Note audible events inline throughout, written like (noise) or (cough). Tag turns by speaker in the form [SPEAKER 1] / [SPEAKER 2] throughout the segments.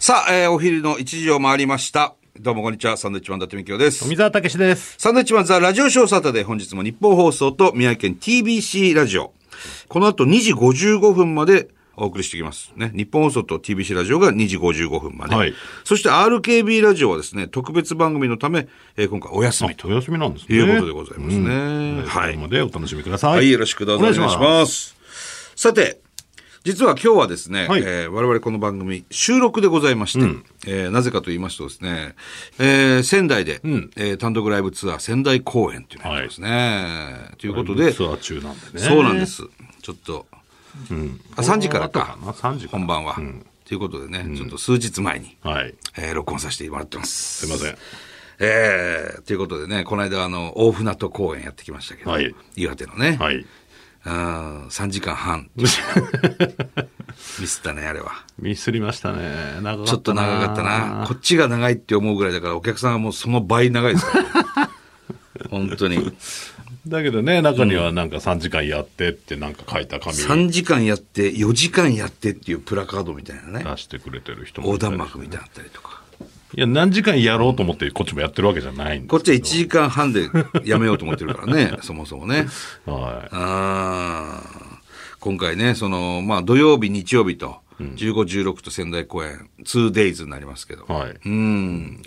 [SPEAKER 1] さあ、えーお昼の1時を回りました。どうもこんにちは。サンドウィッチマン伊達みきおです。
[SPEAKER 2] 富澤たけしです。
[SPEAKER 1] サンドウィッチマンザラジオショーサタデー。本日も日本放送と宮城県 TBC ラジオ。この後2時55分までお送りしていきます。ね。日本放送と TBC ラジオが2時55分まで。
[SPEAKER 2] はい
[SPEAKER 1] そして RKB ラジオはですね、特別番組のため、えー今回お休みと
[SPEAKER 2] お休みなんですね。
[SPEAKER 1] いうことでございますね。
[SPEAKER 2] うん
[SPEAKER 1] は
[SPEAKER 2] 最
[SPEAKER 1] い
[SPEAKER 2] 後。までお楽しみください。
[SPEAKER 1] はい、よろしくどうぞお願いします。
[SPEAKER 2] お願いし
[SPEAKER 1] さて、実は今日はですね、
[SPEAKER 2] はい
[SPEAKER 1] えー我々この番組収録でございまして、えーなぜかと言いますとですね、えー仙台で、えー単独ライブツアー仙台公演というのがありますね。ということで、
[SPEAKER 2] ツアー中なんでね。
[SPEAKER 1] そうなんで。す。ちょっと、あ3時からか
[SPEAKER 2] この後かな3時から
[SPEAKER 1] 本番は。ということでね、ちょっと数日前に、
[SPEAKER 2] はい。
[SPEAKER 1] えー録音させてもらってます。
[SPEAKER 2] すいません。
[SPEAKER 1] えー、ということでね、この間、あの、大船渡公園やってきましたけど、
[SPEAKER 2] はい
[SPEAKER 1] 岩手のね、
[SPEAKER 2] はい。
[SPEAKER 1] あ3時間半。ミスったね、あれは。
[SPEAKER 2] ミスりましたね。長かったな。
[SPEAKER 1] ちょっと長かったな。こっちが長いって思うぐらいだから、お客さんはもうその倍長いですから、本当に。
[SPEAKER 2] (laughs) だけどね、中にはなんか3時間やってってなんか書いた紙
[SPEAKER 1] 3時間やって、4時間やってっていうプラカードみたいなね。
[SPEAKER 2] 出してくれてる人も
[SPEAKER 1] 横
[SPEAKER 2] いたり
[SPEAKER 1] 断幕みたいなのあったりとか。
[SPEAKER 2] いや、何時間やろうと思ってこっちもやってるわけじゃないんで
[SPEAKER 1] こっちは1時間半でやめようと思ってるから
[SPEAKER 2] (laughs)
[SPEAKER 1] ね、そもそもね。
[SPEAKER 2] す。は
[SPEAKER 1] あー今回ね、その、まあ、土曜日、日曜日と、15、16と仙台公演、2days になりますけど
[SPEAKER 2] い。。はい。
[SPEAKER 1] うん。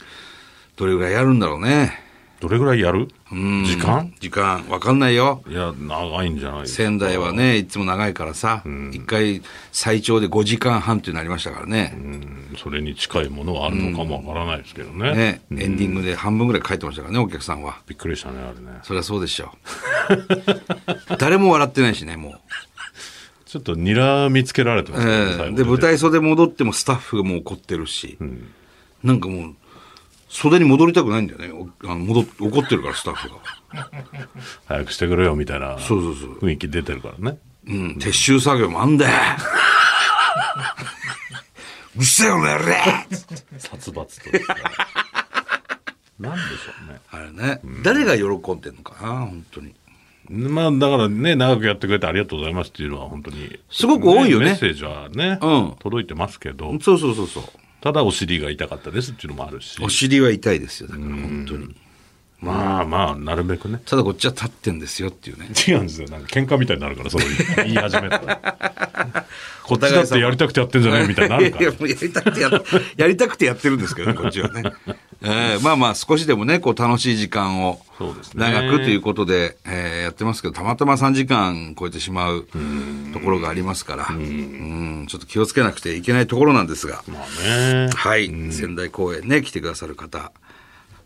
[SPEAKER 1] どれぐらいやるんだろうね。
[SPEAKER 2] どれぐらいやる時間
[SPEAKER 1] 時間、わかんないよ。
[SPEAKER 2] いや、長いんじゃないですか
[SPEAKER 1] 仙台はね、いつも長いからさ、一回最長で5時間半ってなりましたからね。
[SPEAKER 2] うんそれに近いものはあるのかもわからないですけどね。
[SPEAKER 1] ね、エンディングで半分ぐらい書いてましたからね、お客さんは。
[SPEAKER 2] びっくりしたね、あれね。
[SPEAKER 1] そりゃそうでしょう。 (laughs) 誰も笑ってないしね、もう。
[SPEAKER 2] ちょっとにらみつけられてますね
[SPEAKER 1] ええ
[SPEAKER 2] 最後
[SPEAKER 1] で、
[SPEAKER 2] 出て
[SPEAKER 1] 舞台袖戻ってもスタッフも怒ってるし、なんかもう、袖に戻りたくないんだよね。おあの戻っ怒ってるから、スタッフが。
[SPEAKER 2] 早くしてくれよみたいな
[SPEAKER 1] そうそうそう。
[SPEAKER 2] 雰囲気出てるからね。
[SPEAKER 1] うん、撤収作業もあんだよ。 (laughs) うっせえお前ら
[SPEAKER 2] 殺伐とした。なんでしょ
[SPEAKER 1] あれね、誰が喜んでんのかな、本当に。
[SPEAKER 2] うね。まあ、だからね、長くやってくれてありがとうございますっていうのは本当に。
[SPEAKER 1] すごく多いよね
[SPEAKER 2] メッセージはね、
[SPEAKER 1] うん
[SPEAKER 2] 届いてますけど、
[SPEAKER 1] そうそうそうそう。
[SPEAKER 2] ただお尻が痛かったですっていうのもあるし
[SPEAKER 1] お。尻は痛いですよ、だから本当に。
[SPEAKER 2] まあまあ、なるべくね。
[SPEAKER 1] ただこっちは立ってんですよっていうね。
[SPEAKER 2] 違うんですよ。なんか喧嘩みたいになるから、その言い始めた
[SPEAKER 1] (laughs)
[SPEAKER 2] ら。こっちだってやりたくてやってんじゃないみたいになるか
[SPEAKER 1] いや
[SPEAKER 2] ら
[SPEAKER 1] い。やもうやりたくてやっ、やりたくてやってるんですけどね、こっちは (laughs) ね。えーまあまあ少しでもね、こう楽しい時間を
[SPEAKER 2] そうですね
[SPEAKER 1] 長くということで、えーやってますけど、たまたま3時間超えてしまうところがありますから、うんちょっと気をつけなくていけないところなんですが、
[SPEAKER 2] まあね。
[SPEAKER 1] はい、仙台公演ね、来てくださる方、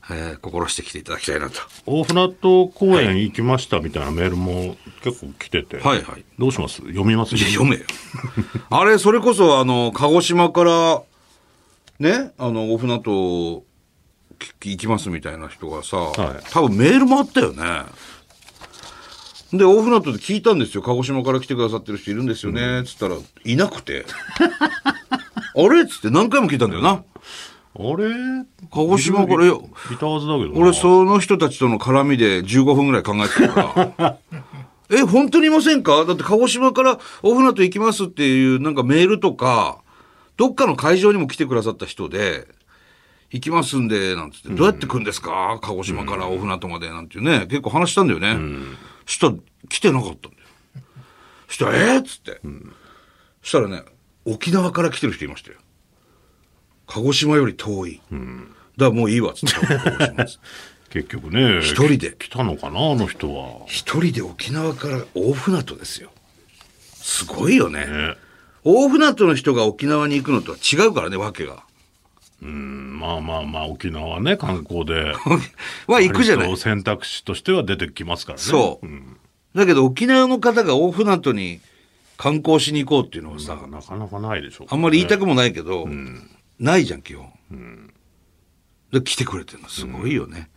[SPEAKER 1] えー心して来ていただきたいなと。
[SPEAKER 2] 大船渡公園行きましたみたいなメールも結構来てて。
[SPEAKER 1] はいはい。
[SPEAKER 2] どうします読みます
[SPEAKER 1] いや、読めよ。 (laughs) あれ、それこそ、あの、鹿児島から、ね、あの、大船渡き行きますみたいな人がさ、
[SPEAKER 2] はい
[SPEAKER 1] 多分メールもあったよね。で、大船渡で聞いたんですよ。鹿児島から来てくださってる人いるんですよね。つったら、いなくて。 (laughs) あれっつって何回も聞いたんだよな。
[SPEAKER 2] あれ
[SPEAKER 1] 鹿児島から
[SPEAKER 2] い
[SPEAKER 1] よ
[SPEAKER 2] るいたはずだけどな。
[SPEAKER 1] 俺、その人たちとの絡みで15分ぐらい考えてたから。 (laughs) え、本当にいませんかだって鹿児島から大船渡行きますっていうなんかメールとか、どっかの会場にも来てくださった人で、行きますんで、なんつって、どうやって来るんですか鹿児島から大船渡まで、なんていうね、結構話したんだよね。したら、来てなかったんだよ。したら、えーっつって。したらね、沖縄から来てる人いましたよ。鹿児島より遠い。だからもういいわ、つって。鹿児 (laughs) 島っつって
[SPEAKER 2] 結局ね。
[SPEAKER 1] 一人で
[SPEAKER 2] 来たのかなあの人は。
[SPEAKER 1] 一人で沖縄から大船渡ですよ。すごいよね。
[SPEAKER 2] ね。
[SPEAKER 1] 大船渡の人が沖縄に行くのとは違うからね、わけが。 (laughs)
[SPEAKER 2] うんまあまあまあ、沖縄ね、観光で。
[SPEAKER 1] は (laughs) 行くじゃな
[SPEAKER 2] 割
[SPEAKER 1] い。
[SPEAKER 2] と選択肢としては出てきますからね。
[SPEAKER 1] そう。だけど沖縄の方が大船渡に観光しに行こうっていうのはさ、
[SPEAKER 2] うん。なかなかないでしょう、
[SPEAKER 1] あんまり言いた
[SPEAKER 2] く
[SPEAKER 1] くもないけど、ないじゃん、基本。で、来てくれてるのすごいよね。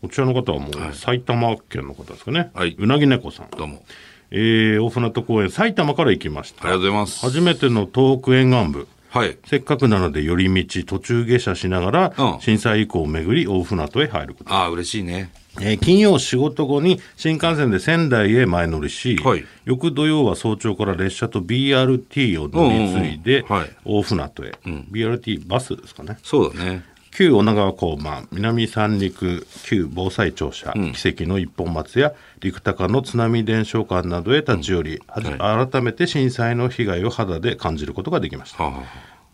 [SPEAKER 2] こちらの方はもう埼玉県の方ですかね。
[SPEAKER 1] はいう
[SPEAKER 2] なぎ猫さん。
[SPEAKER 1] どうも。
[SPEAKER 2] えー、大船渡公園、埼玉から行きまし
[SPEAKER 1] あり
[SPEAKER 2] た。
[SPEAKER 1] がとうございます。
[SPEAKER 2] 初めての東北沿岸部。
[SPEAKER 1] はい。
[SPEAKER 2] せっかくなので寄り道、途中下車しながら、
[SPEAKER 1] うん
[SPEAKER 2] 震災以降を巡り大船渡へ入ること。
[SPEAKER 1] ああ、嬉しいね。
[SPEAKER 2] えー金曜仕事後に新幹線で仙台へ前乗りし、
[SPEAKER 1] はい
[SPEAKER 2] 翌土曜は早朝から列車と BRT を乗り継いで、
[SPEAKER 1] うんうんうんはい
[SPEAKER 2] 大船渡へ、BRT バスですかね
[SPEAKER 1] そうだね。
[SPEAKER 2] 旧女川港満南三陸旧防災庁舎、奇跡の一本松や陸高の津波伝承館などへ立ち寄り、はじ改めて震災の被害を肌で感じることができました
[SPEAKER 1] は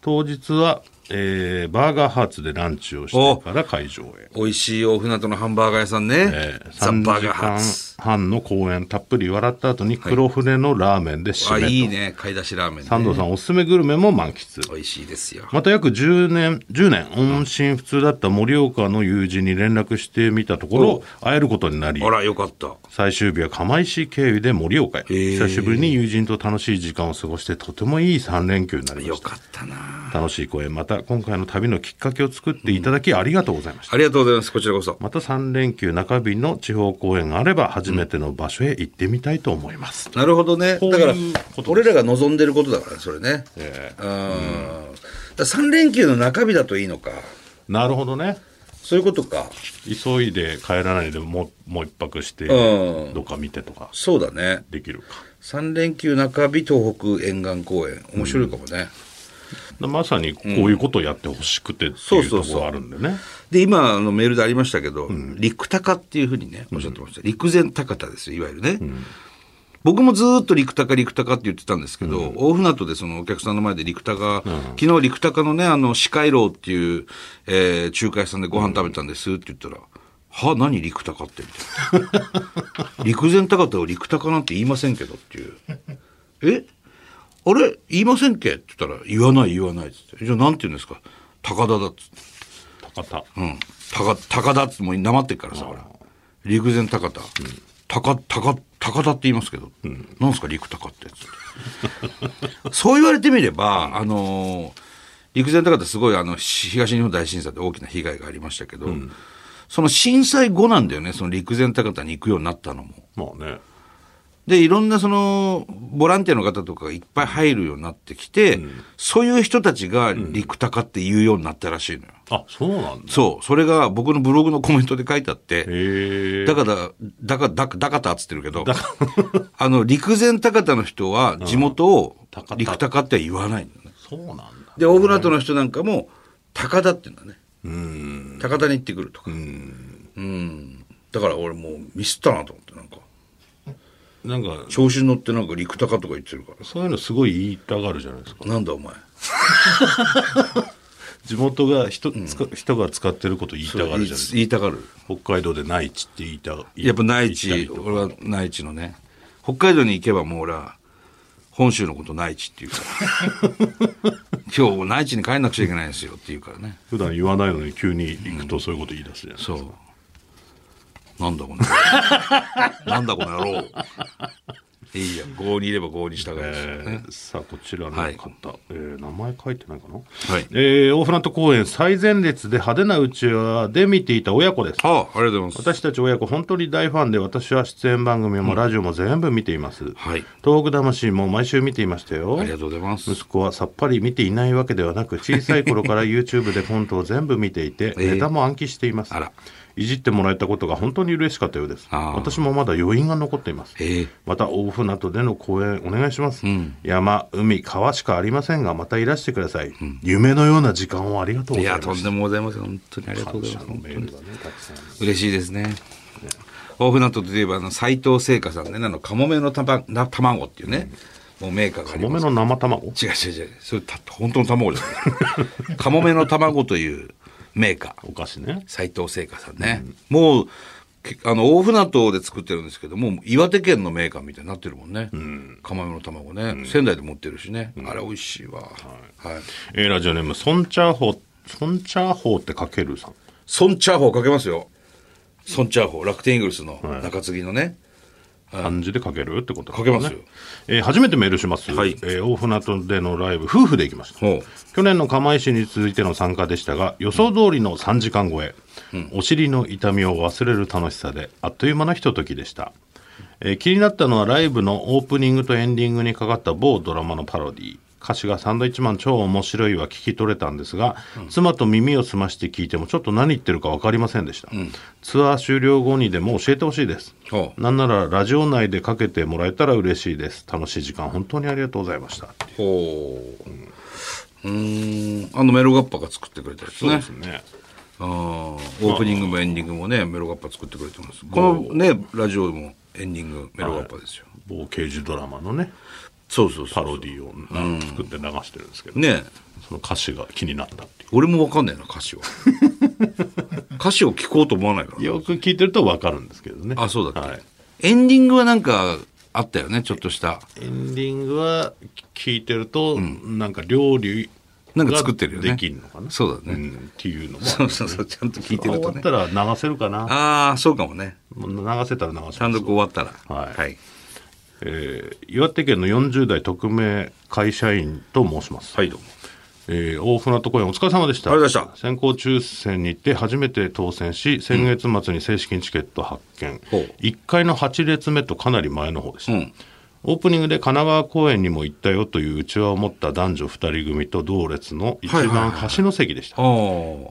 [SPEAKER 2] 当日は、えーバーガーハーツでランチをしてから会場へ
[SPEAKER 1] あ、美味しい大船渡のハンバーガー屋さんね。
[SPEAKER 2] えー
[SPEAKER 1] ザ・
[SPEAKER 2] 3
[SPEAKER 1] バー
[SPEAKER 2] 時
[SPEAKER 1] ガーハ
[SPEAKER 2] 間
[SPEAKER 1] ーツ。
[SPEAKER 2] 半の公演たっぷり笑った後に黒船のラーメンで締
[SPEAKER 1] あ、
[SPEAKER 2] めと、
[SPEAKER 1] いいね。買い出しラーメン、
[SPEAKER 2] 三
[SPEAKER 1] ね。
[SPEAKER 2] 藤さんおすすめグルメも満喫
[SPEAKER 1] 美味しいですよ。
[SPEAKER 2] また約10年10年音信不通だった盛岡の友人に連絡してみたところ会えることになり
[SPEAKER 1] あら、よかった。
[SPEAKER 2] 最終日は釜石経由で盛岡へ
[SPEAKER 1] ー
[SPEAKER 2] 久しぶりに友人と楽しい時間を過ごしてとてもいい3連休になりま
[SPEAKER 1] よ
[SPEAKER 2] し
[SPEAKER 1] かったな。
[SPEAKER 2] た楽しい公演また今回の旅のきっかけを作っていただきありがとうございました
[SPEAKER 1] ありがとうございます。こちらこそ。
[SPEAKER 2] また3連休中日の地方公演があれば初めての場所へ行ってみたいと思います。
[SPEAKER 1] なるほどね。
[SPEAKER 2] こうい
[SPEAKER 1] だ
[SPEAKER 2] う
[SPEAKER 1] から
[SPEAKER 2] ことで、す
[SPEAKER 1] 俺らが望んでることだからね、それね。
[SPEAKER 2] え
[SPEAKER 1] うん。だ3連休の中日だといいのか。
[SPEAKER 2] ーなるほどね。
[SPEAKER 1] そういうことか。
[SPEAKER 2] 急いで帰らないでもうもう一泊して、
[SPEAKER 1] うん
[SPEAKER 2] どっか見てとか
[SPEAKER 1] そうだね。
[SPEAKER 2] できるか。
[SPEAKER 1] 3連休中日東北沿岸公園。面白いかもね。
[SPEAKER 2] だまさにこういうことをやってほしくてって
[SPEAKER 1] そう
[SPEAKER 2] いう
[SPEAKER 1] そう
[SPEAKER 2] と
[SPEAKER 1] そう
[SPEAKER 2] ころがあるんでね。
[SPEAKER 1] で、今あのメールでありましたけど、陸高っていうふうにね、おっしゃってました。陸前高田ですよ、いわゆるね。僕もずーっと陸高、陸高って言ってたんですけど、大船渡でそのお客さんの前で陸高、昨日陸高のね、あの、四海楼っていう、えー中華屋さんでご飯食べたんですって言ったら、は、何陸高ってみたいな。 (laughs) 陸前高田を陸高なんて言いませんけどっていう。えあれ言いませんっけって言ったら、言わない言わないっつって。じゃあなんて言うんですか高田だっつって。
[SPEAKER 2] 高田。
[SPEAKER 1] うん。高、高田ってもうなまってっからさ、ほら。陸前高田。高、高、高田って言いますけど、なんすか陸高ってやつ。そう言われてみれば、あのー陸前高田すごいあの、し東日本大震災で大きな被害がありましたけど、その震災後なんだよね、その陸前高田に行くようになったのも。
[SPEAKER 2] まあね。
[SPEAKER 1] で、いろんなその、ボランティアの方とかがいっぱい入るようになってきて、そういう人たちが陸高って言うようになったらしいのよ。
[SPEAKER 2] あ、そうなんだ。
[SPEAKER 1] そう。それが僕のブログのコメントで書いてあって、
[SPEAKER 2] へえ。
[SPEAKER 1] だから、だか、だか、だかたっつってるけど、 (laughs) あの、陸前高田の人は地元を
[SPEAKER 2] 高田
[SPEAKER 1] 陸高っては言わないんだね。
[SPEAKER 2] そうなんだ。
[SPEAKER 1] で、大船渡の人なんかも、高田って言うんだね。
[SPEAKER 2] うん。
[SPEAKER 1] 高田に行ってくるとか。うん。だから俺もうミスったなと思って、なんか。
[SPEAKER 2] なんか、
[SPEAKER 1] 調子に乗ってなんか陸高とか言ってるから
[SPEAKER 2] そういうのすごい言いたがるじゃないですか。
[SPEAKER 1] なんだお前。
[SPEAKER 2] 地元が人,、つか人が使ってること言いたが
[SPEAKER 1] 言
[SPEAKER 2] る
[SPEAKER 1] い
[SPEAKER 2] じゃないですか。
[SPEAKER 1] 言いたがる。
[SPEAKER 2] 北海道で内地って言いたが
[SPEAKER 1] やっぱ内
[SPEAKER 2] 言っ
[SPEAKER 1] 地、
[SPEAKER 2] たりとか
[SPEAKER 1] 俺は内地のね。北海道に行けばもう俺は、本州のこと内地って言う
[SPEAKER 2] (laughs)
[SPEAKER 1] から。今日内地に帰んなくちゃいけないんですよって言うからね。
[SPEAKER 2] 普段言わないのに急に行くとそういうこと言い出すじゃないですか、
[SPEAKER 1] そう。なんだこの野郎。なんだこの野郎。いいや、合にいれば合に従いですよね。
[SPEAKER 2] えーさあこちらの方、
[SPEAKER 1] はい
[SPEAKER 2] えー名前書いてないかな、
[SPEAKER 1] い
[SPEAKER 2] えー大船渡公園最前列で派手なうちわで見ていた親子です
[SPEAKER 1] ああ、ありがとうございます。
[SPEAKER 2] 私たち親子本当に大ファンで私は出演番組もラジオも全部見ています、
[SPEAKER 1] はい。
[SPEAKER 2] 東北魂も毎週見ていましたよ
[SPEAKER 1] ありがとうございます。
[SPEAKER 2] 息子はさっぱり見ていないわけではなく小さい頃から YouTube でコントを全部見てい
[SPEAKER 1] (laughs)
[SPEAKER 2] て、
[SPEAKER 1] ええ
[SPEAKER 2] ネタも暗記しています
[SPEAKER 1] あら
[SPEAKER 2] いじってもらえたことが本当に嬉しかったようです
[SPEAKER 1] あー
[SPEAKER 2] 私もまだ余韻が残っています
[SPEAKER 1] ええ
[SPEAKER 2] また大船渡での公演お願いします、山海川しかありませんがまたいらしてください、夢のような時間をありがとうご
[SPEAKER 1] い
[SPEAKER 2] ざい
[SPEAKER 1] や、
[SPEAKER 2] ま
[SPEAKER 1] とん
[SPEAKER 2] す
[SPEAKER 1] でもございません。本当にありがとうございます。
[SPEAKER 2] のメールがねたくさん
[SPEAKER 1] 嬉しいですね。大船渡といえば、あの、斎藤製菓さんね、あの、カモメのたま、な卵っていうね、もうメーカーがあ
[SPEAKER 2] カ
[SPEAKER 1] り
[SPEAKER 2] モ
[SPEAKER 1] ま
[SPEAKER 2] メ
[SPEAKER 1] す。
[SPEAKER 2] の生卵
[SPEAKER 1] 違う違う違う。それ、た、本当の卵じゃない。カ (laughs) モメの卵というメーカー、
[SPEAKER 2] お菓子ね
[SPEAKER 1] 斎藤製菓さんね。もう、けあの、大船渡で作ってるんですけども、岩手県のメーカーみたいになってるもんね。カモメの卵ね、仙台で持ってるしね。あれ、美味しいわ。はい。
[SPEAKER 2] えーラジオネームソンチャーホーソンチャーホーってかけるさん
[SPEAKER 1] ソンチャーホーかけますよ。ソンチャーホー、楽天イーグルスの中継ぎのね。
[SPEAKER 2] 漢字で書けるってことです
[SPEAKER 1] 書けますよ
[SPEAKER 2] えー初めてメールします、
[SPEAKER 1] はい
[SPEAKER 2] えー大船渡でのライブ夫婦で行きました
[SPEAKER 1] ほう
[SPEAKER 2] 去年の釜石に続いての参加でしたが予想通りの3時間超え、お尻の痛みを忘れる楽しさであっという間のひとときでした、えー気になったのはライブのオープニングとエンディングにかかった某ドラマのパロディ歌詞がサンドイッチマン超面白いは聞き取れたんですが、妻と耳を澄まして聞いてもちょっと何言ってるか分かりませんでした、ツアー終了後にでも教えてほしいです
[SPEAKER 1] ほう
[SPEAKER 2] なんならラジオ内でかけてもらえたら嬉しいです楽しい時間本当にありがとうございました
[SPEAKER 1] ほう。うーん。あのメロガッパが作ってくれたやつね。
[SPEAKER 2] ね
[SPEAKER 1] あーオープニングもエンディングもね、メロガッパ作ってくれてます。このね、ラジオもエンディングメロガッパですよ。
[SPEAKER 2] 某刑事ドラマのね
[SPEAKER 1] そうそうそ
[SPEAKER 2] パ
[SPEAKER 1] う。
[SPEAKER 2] ロディをな作って流してるんですけど、
[SPEAKER 1] ねえ
[SPEAKER 2] その歌詞が気になったってい
[SPEAKER 1] 俺もわかんないな、歌詞は。 (laughs) 歌詞を聞こうと思わないから
[SPEAKER 2] う
[SPEAKER 1] ね。
[SPEAKER 2] よく聞いてると分かるんですけどね
[SPEAKER 1] あ、そうだっけ、
[SPEAKER 2] はい
[SPEAKER 1] エンディングはなんかあったよね、ちょっとした。
[SPEAKER 2] エンディングは聞いてると、なんか料理
[SPEAKER 1] なんか作ってるよね
[SPEAKER 2] ができるのかな
[SPEAKER 1] そうだね
[SPEAKER 2] んっていうのも
[SPEAKER 1] そうそうそう、ちゃんと聞いてる
[SPEAKER 2] 終
[SPEAKER 1] と
[SPEAKER 2] わっ
[SPEAKER 1] ね
[SPEAKER 2] た。ら流せるかな
[SPEAKER 1] ああ、そうかもね。
[SPEAKER 2] もう流せたら流せます
[SPEAKER 1] 単独終わったら。
[SPEAKER 2] はい
[SPEAKER 1] はい。
[SPEAKER 2] えー岩手県の40代匿名会社員と申します、
[SPEAKER 1] はい、どうも。
[SPEAKER 2] えー大船渡公演お疲れ様でした
[SPEAKER 1] ありがとうございま
[SPEAKER 2] 先行抽選に行って初めて当選し先月末に正式にチケット発見、
[SPEAKER 1] ほう
[SPEAKER 2] 1階の8列目とかなり前の方でした、
[SPEAKER 1] うん
[SPEAKER 2] オープニングで神奈川公園にも行ったよといううちわを持った男女2人組と同列の一
[SPEAKER 1] はいはい
[SPEAKER 2] 番
[SPEAKER 1] は
[SPEAKER 2] 端の席でした、
[SPEAKER 1] あ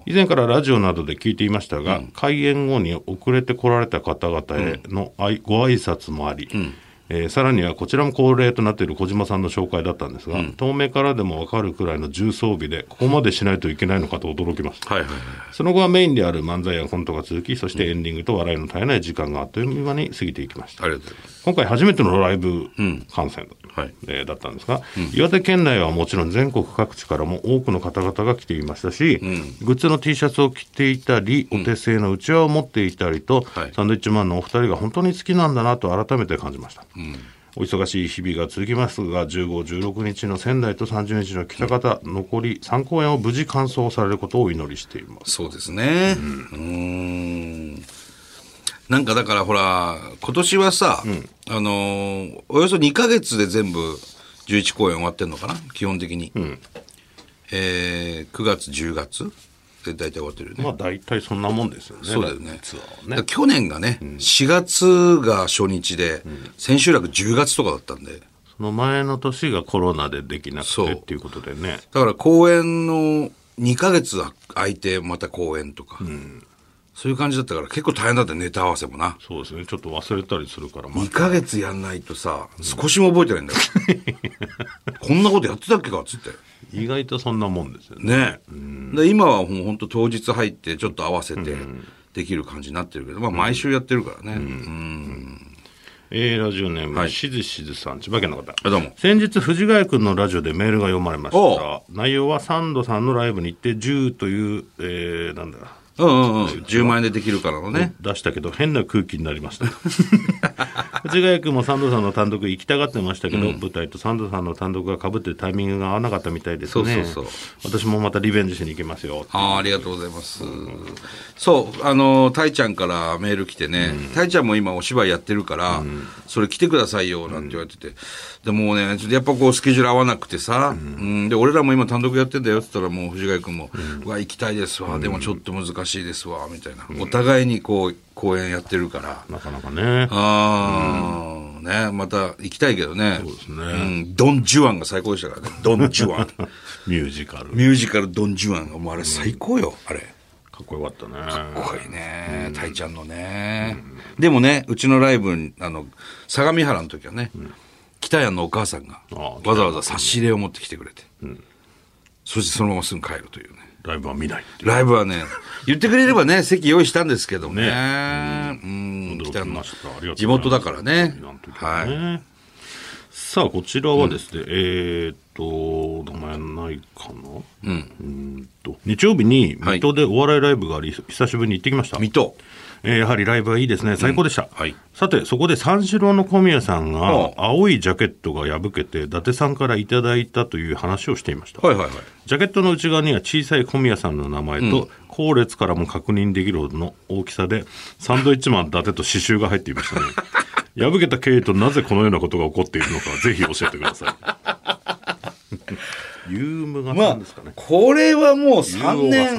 [SPEAKER 2] 以前からラジオなどで聞いていましたが、開演後に遅れて来られた方々へのあいご挨拶もあり、えーさらにはこちらも恒例となっている小島さんの紹介だったんですが、透明からでも分かるくらいの重装備でここまでしないといけないのかと驚きました
[SPEAKER 1] あ。はいはいはい。
[SPEAKER 2] その後はメインである漫才やコントが続きそしてエンディングと笑いの絶えない時間があっという間に過ぎていきました
[SPEAKER 1] ありがとうございます。
[SPEAKER 2] 今回初めてのライブ観戦だ,、
[SPEAKER 1] はい
[SPEAKER 2] えーだったんですが、岩手県内はもちろん全国各地からも多くの方々が来ていましたし、グッズの T シャツを着ていたり、お手製のうちわを持っていたりと、
[SPEAKER 1] はい
[SPEAKER 2] サンドイッチマンのお二人が本当に好きなんだなと改めて感じました。お忙しい日々が続きますが15、16日の仙台と30日の北方、残り3公演を無事完走されることをお祈りしています。
[SPEAKER 1] そうですね。うーん。なんかだからほら、今年はさ、あのーおよそ2ヶ月で全部11公演終わってんのかな基本的に。えー9月、10月で大体終わってるよね。
[SPEAKER 2] まあ大体そんなもんですよね。
[SPEAKER 1] そうだよね。
[SPEAKER 2] ツアー
[SPEAKER 1] だ
[SPEAKER 2] は
[SPEAKER 1] から
[SPEAKER 2] ね。
[SPEAKER 1] 去年がね、4月が初日で、千秋楽10月とかだったんで、
[SPEAKER 2] その前の年がコロナでできなく
[SPEAKER 1] そう
[SPEAKER 2] てっていうことでね。
[SPEAKER 1] だから公演の2ヶ月空いて、また公演とか、そういう感じだったから結構大変だったネタ合わせもな。
[SPEAKER 2] そうですね。ちょっと忘れたりするから、まあ
[SPEAKER 1] 2ヶ月やんないとさ、少しも覚えてないんだ (laughs) よ。こんなことやってたっけかっつって。
[SPEAKER 2] 意外とそんなもんですよね。
[SPEAKER 1] ねで今はもう本当当日入ってちょっと合わせてできる感じになってるけど、まあ毎週やってるからね。うん
[SPEAKER 2] えーラジオネーム、
[SPEAKER 1] はい
[SPEAKER 2] しずしずさん、千葉県の方。
[SPEAKER 1] あどうも
[SPEAKER 2] 先日、藤ヶ谷君のラジオでメールが読まれまし
[SPEAKER 1] お
[SPEAKER 2] た。内容はサンドさんのライブに行って10という、えーなんだ、
[SPEAKER 1] うんうんうん。10万円でできるからのね。
[SPEAKER 2] 出したけど変な空気にな
[SPEAKER 1] (laughs)
[SPEAKER 2] りました藤ヶ谷君もサンドさんの単独行きたがってましたけど、舞台とサンドさんの単独がかぶってタイミングが合わなかったみたいですね
[SPEAKER 1] そうそう
[SPEAKER 2] 私もまたリベンジしに行きますよ
[SPEAKER 1] ああ、ありがとうございます。そう、あの、たいちゃんからメール来てね、たいちゃんも今お芝居やってるから、それ来てくださいよ、なんて言われてて。でもうね、ちょっとやっぱこうスケジュール合わなくてさ、うんで、俺らも今単独やってんだよって言ったらもう藤ヶ谷君も、うわ、行きたいですわ、でもちょっと難しいですわ、みたいな。お互いにこう、公演やってるから。
[SPEAKER 2] なかなかね
[SPEAKER 1] ああ、ね、また行きたいけどね。そう
[SPEAKER 2] ですね
[SPEAKER 1] ん、ドン・ジュアンが最高でしたからね。ドン・ジュ (laughs) アン。
[SPEAKER 2] ミュージカル
[SPEAKER 1] ミュージカルドン・ジュアンがもうあれ最高よ、あれ。
[SPEAKER 2] かっこよかったね
[SPEAKER 1] 怖いね、たいちゃんのね。でもね、うちのライブに、あの、相模原の時はね、北谷のお母さんが、
[SPEAKER 2] あ
[SPEAKER 1] わざわざ差し入れを持ってきてくれて、そしてそのまますぐ帰るというね。
[SPEAKER 2] ライブは見ないっていう
[SPEAKER 1] ライブはね、 (laughs) 言ってくれればね、席用意したんですけどね。うん、
[SPEAKER 2] 驚
[SPEAKER 1] 北
[SPEAKER 2] き
[SPEAKER 1] 谷の
[SPEAKER 2] ましたありがとうございます
[SPEAKER 1] 地元だからね
[SPEAKER 2] なんと。いうか
[SPEAKER 1] はい。
[SPEAKER 2] ねさあこちらはですね、えーっと名前ないかなうんんと日曜日に水戸でお笑いライブがあり、久しぶりに行ってきました
[SPEAKER 1] 水戸。
[SPEAKER 2] えーやはりライブはいいですね。最高でした。
[SPEAKER 1] はい
[SPEAKER 2] さて、そこで三四郎の小宮さん
[SPEAKER 1] あ
[SPEAKER 2] が、青いジャケットが破けて、伊達さんからいただいたという話をしていました。
[SPEAKER 1] はいはいはい。
[SPEAKER 2] ジャケットの内側には小さい小宮さんの名前と、後列からも確認できるほどの大きさで、サンドイッチマン伊達と刺繍が入っていましたね。 (laughs) 破けた経緯となぜこのようなことが起こっているのか、ぜひ教えてくださ
[SPEAKER 1] (laughs)
[SPEAKER 2] い。ユームが
[SPEAKER 1] ま
[SPEAKER 2] な
[SPEAKER 1] あ
[SPEAKER 2] んですかね。、
[SPEAKER 1] これはもう3
[SPEAKER 2] ユーオーガ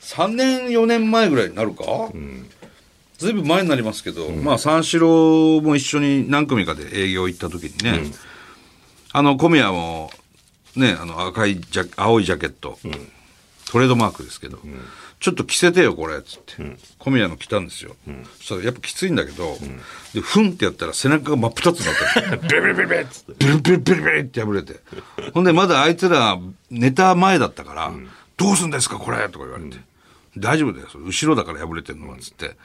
[SPEAKER 2] さ
[SPEAKER 1] 年
[SPEAKER 2] ん、
[SPEAKER 1] 3年4年前ぐらいになるか、ずいぶん前になりますけど、まあ三四郎も一緒に何組かで営業行った時にね、あの小宮もね、あの赤いジャ青いジャケット、トレードマークですけど、ちょっと着せてよこれっつって、小宮の着たんですよ、そしたらやっぱきついんだけど、でふんってやったら背中が真っ二つになったの
[SPEAKER 2] ビリビリビリビリっつって。
[SPEAKER 1] ビリビリビリビリって破れてほんでまだあいつらネタ前だったから「どうすんですかこれ」とか言われて「大丈夫だよそれ後ろだから破れてんのは」つって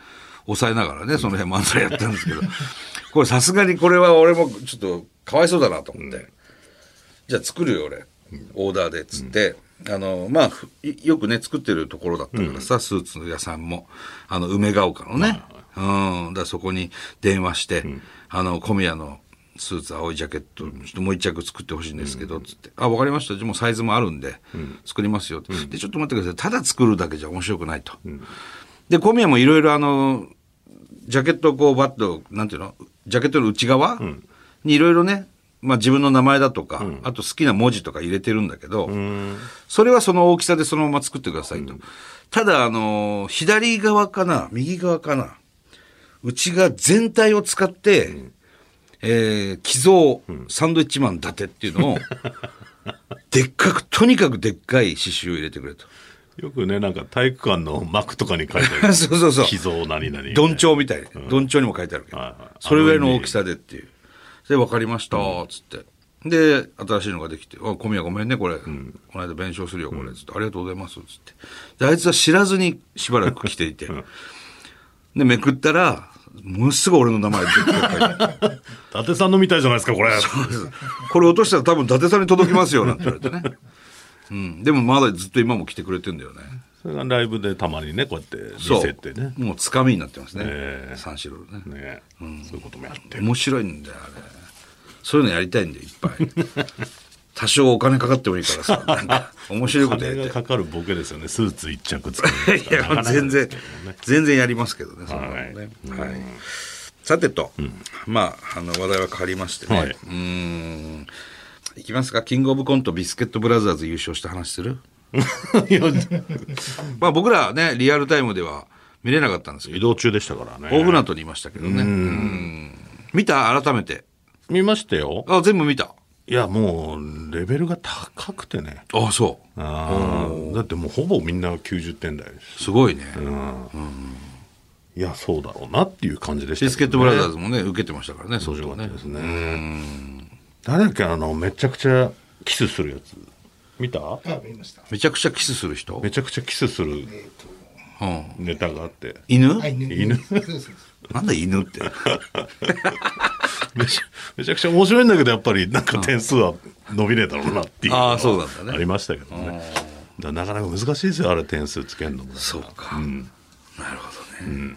[SPEAKER 1] 抑えながらねその辺漫才やったんですけどこれさすがにこれは俺もちょっとかわいそうだなと思って。じゃあ作るよ俺、オーダーでっつって、あのまあふいよくね作ってるところだったからさ、スーツの屋さんもあの梅ヶ丘のね、うん、だからそこに電話して、あの小宮のスーツ青いジャケット、ちょっともう一着作ってほしいんですけど、つって、あ、わかりました。じゃあもうサイズもあるんで、作りますよ、ってで、ちょっと待ってください。ただ作るだけじゃ面白くないと。で、小宮もいろいろあの、ジャケットをこうバッと、なんていうのジャケットの内側、にいろいろね、まあ自分の名前だとか、あと好きな文字とか入れてるんだけど、それはその大きさでそのまま作ってくださいと。ただ、あのー左側かな、右側かな、うちが全体を使って、えー寄贈、サンドイッチマン伊達っていうのを、でっかく、とにかくでっかい刺繍を入れてくれと。
[SPEAKER 2] よくね、なんか体育館の幕とかに書いてあ
[SPEAKER 1] (laughs)
[SPEAKER 2] る。
[SPEAKER 1] そうそうそう
[SPEAKER 2] 秘蔵何々。
[SPEAKER 1] どんちょうみたいに、どんちょうにも書いてあるけど、
[SPEAKER 2] はいはい
[SPEAKER 1] それぐらいの大きさでっていう。で、分かりました、つって。で、新しいのができて、あ、小宮ごめんね、これ。この間弁償するよ、これ。つって、ありがとうございます、つって。で、あいつは知らずにしばらく来ていて。で、めくったら、ものすごい俺の名前でっかく書いてある
[SPEAKER 2] 伊達さんのみたいじゃないですか、これ。
[SPEAKER 1] これ落としたら多分伊達さんに届きますよ、なんて言われてね。うん。でもまだずっと今も来てくれてんだよね。
[SPEAKER 2] それがライブでたまにね、こうやって見
[SPEAKER 1] そう。
[SPEAKER 2] せてね。
[SPEAKER 1] もうつかみになってますね。
[SPEAKER 2] ええ
[SPEAKER 1] 三四郎ね。
[SPEAKER 2] ね、そういうこともやってる。
[SPEAKER 1] 面白いんだよあれそういうのやりたいんだよいっぱ (laughs) い多少お金かかってもいいからさなんか面白いことや
[SPEAKER 2] 金
[SPEAKER 1] り (laughs)
[SPEAKER 2] が
[SPEAKER 1] たい
[SPEAKER 2] かかるボケですよね、スーツ一着作る。
[SPEAKER 1] (laughs) いやもう全然全然やりますけどねそんなのねはいさてと、まああの話題は変わりましてね、
[SPEAKER 2] はいう
[SPEAKER 1] ーんいきますかキングオブコントビスケットブラザーズ優勝した話 (laughs) する
[SPEAKER 2] いや
[SPEAKER 1] (laughs) まあ僕らはねリアルタイムでは見れなかったんですけど
[SPEAKER 2] 移動中でしたからね。
[SPEAKER 1] 大船渡にいましたけどねうん見た改めて
[SPEAKER 2] 見ましたよ。
[SPEAKER 1] あ全部見た
[SPEAKER 2] いや、もう、レベルが高くてね。
[SPEAKER 1] あそう
[SPEAKER 2] あーだってもうほぼみんな90点台です。
[SPEAKER 1] すごいね、
[SPEAKER 2] いや、そうだろうなっていう感じでしたけどね、
[SPEAKER 1] ビスケットブラザーズもね、受けてましたからね、
[SPEAKER 2] 面
[SPEAKER 1] 相
[SPEAKER 2] 白
[SPEAKER 1] 当
[SPEAKER 2] かった
[SPEAKER 1] ね
[SPEAKER 2] で。すね。誰だっけ、あの、めちゃくちゃキスするやつ。見た
[SPEAKER 3] あ、見ました。
[SPEAKER 1] めちゃくちゃキスする人、
[SPEAKER 2] めちゃくちゃキスする
[SPEAKER 3] えっ、と、
[SPEAKER 1] うん、
[SPEAKER 2] ネタがあって。
[SPEAKER 1] 犬、
[SPEAKER 3] あ犬。
[SPEAKER 2] 犬
[SPEAKER 3] そうそうそう
[SPEAKER 1] なんだ犬 (laughs) って。
[SPEAKER 2] めちゃめちゃくちゃ面白いんだけど、やっぱりなんか点数は伸びねえだろうなっていうのは。
[SPEAKER 1] あーそうなんだね
[SPEAKER 2] ありましたけどね。だからなかなか難しいですよ、あれ点数つけるのも。だか
[SPEAKER 1] そうか、なるほどね。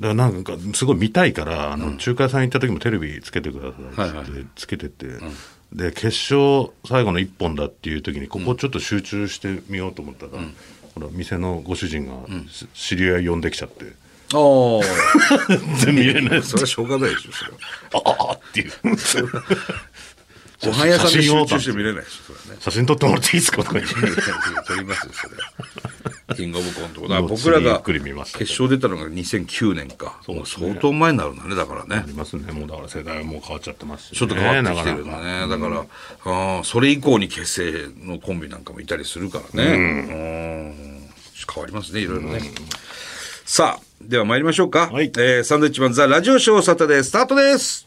[SPEAKER 2] らなんか、すごい見たいから、あの、中華屋さん行った時もテレビつけてくださいって
[SPEAKER 1] はい
[SPEAKER 2] 言ってつけてて、で、決勝最後の一本だっていう時に、ここちょっと集中してみようと思ったら、ほら、店のご主人がし知り合い呼んできちゃって、
[SPEAKER 1] おお、
[SPEAKER 2] 全然見れないで
[SPEAKER 1] (laughs)
[SPEAKER 2] す
[SPEAKER 1] それはしょうがないでしょ、それは。
[SPEAKER 2] あああっ
[SPEAKER 1] (laughs)
[SPEAKER 2] ていう。
[SPEAKER 1] ご飯屋さんで集
[SPEAKER 2] 写真を
[SPEAKER 1] 中して見れないでしょ、それはね。
[SPEAKER 2] 写真撮ってもらっていいですかとか言って。
[SPEAKER 1] 撮りますよ、それ (laughs) は。キングオブコント。だから
[SPEAKER 2] もう
[SPEAKER 1] 僕ら
[SPEAKER 2] 次ゆ
[SPEAKER 1] が
[SPEAKER 2] っくり見ましたけ
[SPEAKER 1] 決
[SPEAKER 2] ど
[SPEAKER 1] 勝出たのが2009年か。
[SPEAKER 2] う
[SPEAKER 1] もう
[SPEAKER 2] ですね
[SPEAKER 1] 相当前になるんだね、だから
[SPEAKER 2] あ
[SPEAKER 1] ね
[SPEAKER 2] り。ますね。もうだから世代も変わっちゃってますし、ね。
[SPEAKER 1] ちょっと変わってきてるん
[SPEAKER 2] な
[SPEAKER 1] だ
[SPEAKER 2] かなか
[SPEAKER 1] ね。だから、あーそれ以降に結成のコンビなんかもいたりするからね。うん変わりますね、いろいろね。さあ、では参りましょうか。
[SPEAKER 2] はい
[SPEAKER 1] えーサンドウィッチマンザラジオショーサタデースタートです。